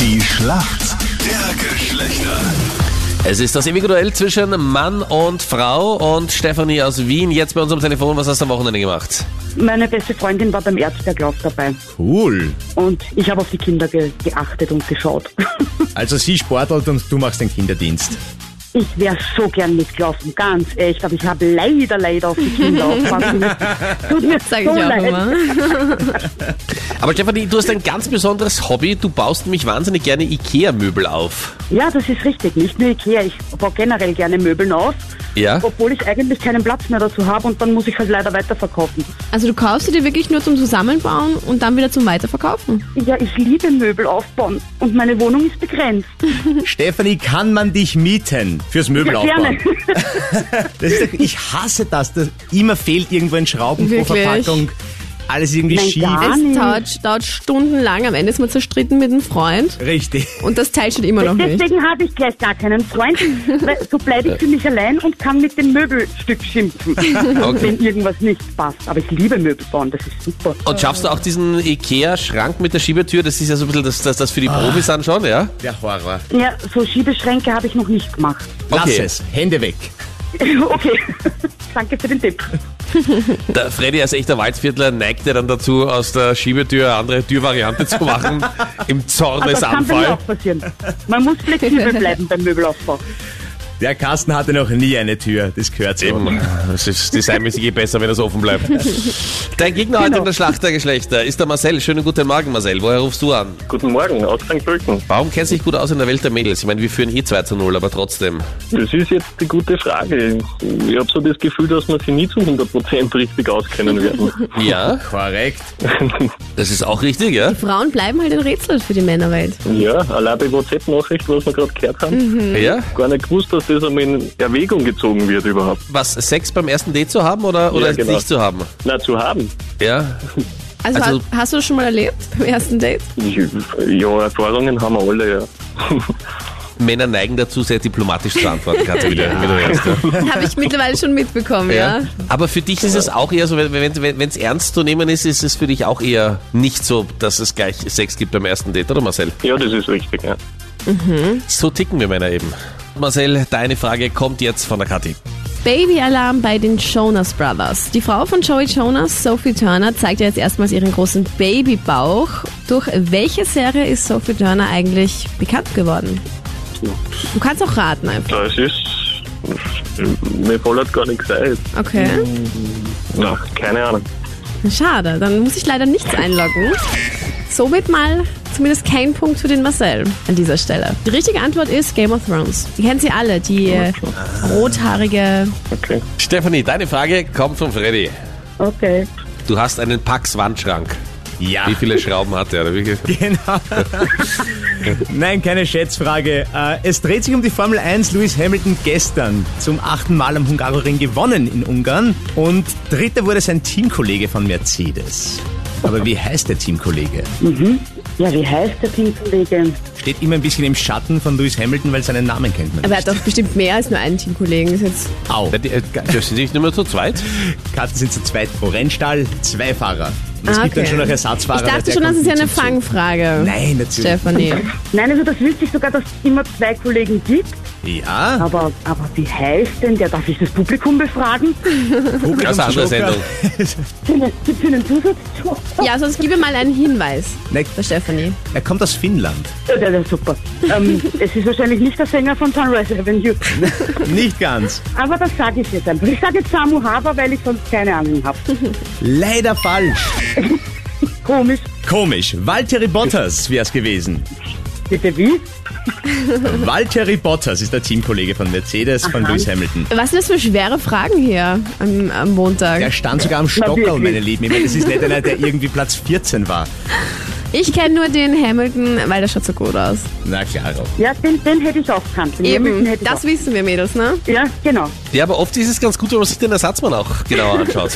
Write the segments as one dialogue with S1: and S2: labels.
S1: Die Schlacht der Geschlechter.
S2: Es ist das ewige Duell zwischen Mann und Frau und Stefanie aus Wien jetzt bei uns am Telefon. Was hast du am Wochenende gemacht?
S3: Meine beste Freundin war beim Ärzteurlaub dabei
S4: Cool.
S3: und ich habe auf die Kinder ge geachtet und geschaut.
S4: Also sie sportelt und du machst den Kinderdienst.
S3: Ich wäre so gern mitgelaufen, ganz echt, aber ich habe leider, leider auf die Kinder aufpassen müssen. Tut mir
S5: Sag ich
S3: so
S5: auch
S3: leid.
S5: immer.
S2: Aber Stefanie, du hast ein ganz besonderes Hobby. Du baust nämlich wahnsinnig gerne Ikea-Möbel auf.
S3: Ja, das ist richtig, nicht nur Ikea, ich baue generell gerne Möbeln auf,
S2: Ja?
S3: obwohl ich eigentlich keinen Platz mehr dazu habe und dann muss ich halt leider weiterverkaufen.
S5: Also du kaufst sie dir wirklich nur zum Zusammenbauen und dann wieder zum Weiterverkaufen.
S3: Ja, ich liebe Möbel aufbauen und meine Wohnung ist begrenzt.
S4: Stefanie, kann man dich mieten fürs Möbel
S3: Gerne.
S4: aufbauen? Das ist doch, ich hasse das, dass immer fehlt irgendwo ein Schrauben pro
S5: Wirklich?
S4: Verpackung. Alles irgendwie
S3: Nein,
S4: schief.
S3: gar Ah,
S5: Es
S3: nee.
S5: dauert, dauert stundenlang, am Ende ist man zerstritten mit einem Freund
S4: Richtig.
S5: und das Teil steht immer noch nicht.
S3: Deswegen habe ich gleich gar keinen Freund. weil So bleibe ich für mich allein und kann mit dem Möbelstück schimpfen,
S2: Okay.
S3: wenn irgendwas nicht passt. Aber ich liebe Möbelbauen, das ist super.
S2: Und schaffst du auch diesen Ikea-Schrank mit der Schiebetür? Das ist ja so ein bisschen das, das, das für die Profis dann schon, ja?
S4: Der Horror.
S3: Ja, so Schiebeschränke habe ich noch nicht gemacht.
S4: Lass
S2: Okay.
S4: es. Hände weg.
S3: Okay, danke für den Tipp.
S2: Der Freddy als echter Waldviertler neigt ja dann dazu, aus der Schiebetür eine andere Türvariante zu machen. Im
S3: Aber Also das kann bei mir
S2: Zornesanfall.
S3: auch passieren. Man muss flexibel bleiben beim Möbelaufbau.
S4: Der Kasten hatte noch nie eine Tür. Das gehört so.
S2: Eben, es ist designmäßig eh besser, wenn das offen bleibt. Dein Gegner heute in der Schlacht der Geschlechter ist der Marcel. Schönen guten Morgen, Marcel. Woher rufst du an?
S6: Guten Morgen, aus St. Pölten.
S2: Warum kennst du dich gut aus in der Welt der Mädels? Ich meine, wir führen eh 2 zu 0, aber trotzdem.
S6: Das ist jetzt die gute Frage. Ich habe so das Gefühl, dass wir sie nie zu 100% richtig auskennen werden.
S2: Ja,
S4: Korrekt.
S2: das ist auch richtig, ja?
S5: Frauen bleiben halt ein Rätsel für die Männerwelt.
S6: ja, allein bei WhatsApp-Nachricht, was wir gerade gehört haben,
S2: Ja?
S6: gar nicht gewusst, dass das einmal in Erwägung gezogen wird überhaupt.
S2: Was, Sex beim ersten Date zu haben oder, oder
S6: genau.
S2: nicht zu haben?
S6: Na, zu haben.
S2: Ja?
S5: Also,
S2: Also-
S5: hast, hast du das schon mal erlebt beim ersten Date?
S6: Ja, Erfahrungen haben wir alle, ja.
S2: Männer neigen dazu, sehr diplomatisch zu antworten, Katja, wie du, wie du hörst. Ja.
S5: Habe ich mittlerweile schon mitbekommen, ja.
S2: Ja. Aber für dich ist es auch eher so, wenn es wenn, wenn's ernst zu nehmen ist, ist es für dich auch eher nicht so, dass es gleich Sex gibt beim ersten Date, oder Marcel?
S6: Ja, das ist richtig, ja.
S2: So ticken wir Männer eben. Marcel, deine Frage kommt jetzt von der Kathi.
S5: Baby-Alarm bei den Jonas Brothers. Die Frau von Joey Jonas, Sophie Turner, zeigt ja jetzt erstmals ihren großen Babybauch. Durch welche Serie ist Sophie Turner eigentlich bekannt geworden? Du kannst auch raten einfach.
S6: Das ist... Mir fällt gar nichts ein.
S5: Okay.
S6: Na, keine Ahnung.
S5: Schade, dann muss ich leider nichts einloggen. Somit mal zumindest kein Punkt für den Marcel an dieser Stelle. Die richtige Antwort ist Game of Thrones. Die kennen sie alle, die äh, rothaarige
S6: Okay.
S2: Stefanie, deine Frage kommt von Freddy.
S3: Okay.
S2: Du hast einen Pax-Wandschrank.
S4: Ja.
S2: Wie viele Schrauben hat der? Oder wie viel?
S4: Genau. Nein, keine Schätzfrage. Äh, Es dreht sich um die Formel 1. Lewis Hamilton gestern zum achten Mal am Hungaroring gewonnen in Ungarn. Und dritter wurde sein Teamkollege von Mercedes. Aber wie heißt der Teamkollege?
S3: Ja, wie heißt der Teamkollege?
S4: Steht immer ein bisschen im Schatten von Lewis Hamilton, weil seinen Namen kennt man
S5: Aber er
S4: nicht.
S5: hat doch bestimmt mehr als nur einen Teamkollegen. Ist jetzt
S4: Au.
S2: Ja, die- äh, Das sind nicht nur mehr zu zweit.
S4: Karten sind zu zweit pro Rennstall, zwei Fahrer. Und es
S5: Ah,
S4: gibt dann
S5: okay.
S4: schon noch Ersatzfahrer.
S5: Ich dachte
S4: der
S5: schon, das
S4: kommt
S5: ist ja eine
S4: nicht zum Zug.
S5: Fangfrage.
S4: Nein, natürlich.
S5: Stefanie.
S3: Nein, also das wüsste ich sogar, dass es immer zwei Kollegen gibt.
S4: Ja,
S3: Aber, aber wie heißt denn der? Darf ich das Publikum befragen?
S2: Das ist eine andere Sendung.
S3: Gibt es einen Zusatzjob?
S5: Ja, sonst gib mir mal einen Hinweis
S4: Na,
S5: bei Stefanie.
S4: er kommt aus Finnland.
S3: Ja, der ist super. ähm, es ist wahrscheinlich nicht der Sänger von Sunrise Avenue.
S4: Nicht ganz.
S3: Aber das sage ich jetzt einfach. Ich sage jetzt Samu Haber, weil ich sonst keine Ahnung habe.
S4: Leider falsch.
S3: Komisch.
S4: Komisch. Valtteri Bottas wär's gewesen.
S3: Bitte wie?
S4: Valtteri Bottas ist der Teamkollege von Mercedes, von Lewis Hamilton.
S5: Was sind das für schwere Fragen hier am, am Montag?
S4: Der stand sogar am Stockerl,
S3: wirklich.
S4: meine Lieben. Ich meine, das ist nicht einer, der irgendwie Platz 14 war.
S5: Ich kenne nur den Hamilton, weil der schaut so gut aus.
S4: Na klar.
S3: Ja, den, den hätte ich auch gekannt. Den Hamilton
S5: Eben,
S3: Hätte ich
S5: das wissen wir Mädels, ne?
S3: auch. Ja, genau.
S2: Ja, aber oft ist es ganz gut, wenn man sich den Ersatzmann auch genauer anschaut.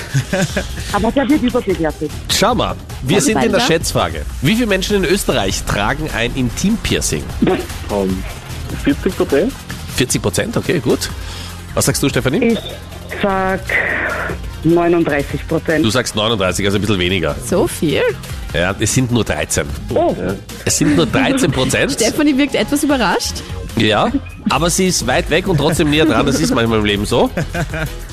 S3: Aber der wird überbewertet.
S2: Schau mal, wir
S5: Komm
S2: sind in der
S5: weiter.
S2: Schätzfrage. Wie viele Menschen in Österreich tragen ein Intimpiercing?
S6: Um, 40 Prozent?
S2: 40 Prozent, okay, gut. Was sagst du, Stefanie?
S3: Ich sag 39 Prozent.
S2: Du sagst 39, also ein bisschen weniger.
S5: So viel?
S2: Ja, es sind nur 13.
S3: Oh,
S2: Es sind nur 13 Prozent.
S5: Stephanie wirkt etwas überrascht.
S2: Ja, aber sie ist weit weg und trotzdem näher dran. Das ist manchmal im Leben so.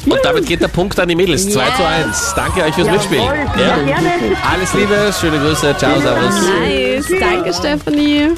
S2: Und damit geht der Punkt an die Mädels. 2 zu 1. Danke euch fürs Mitspielen.
S3: voll,
S2: Ja.
S3: sehr gerne.
S2: Alles Liebe, schöne Grüße. Ciao, servus.
S5: Nice. Danke, Stephanie.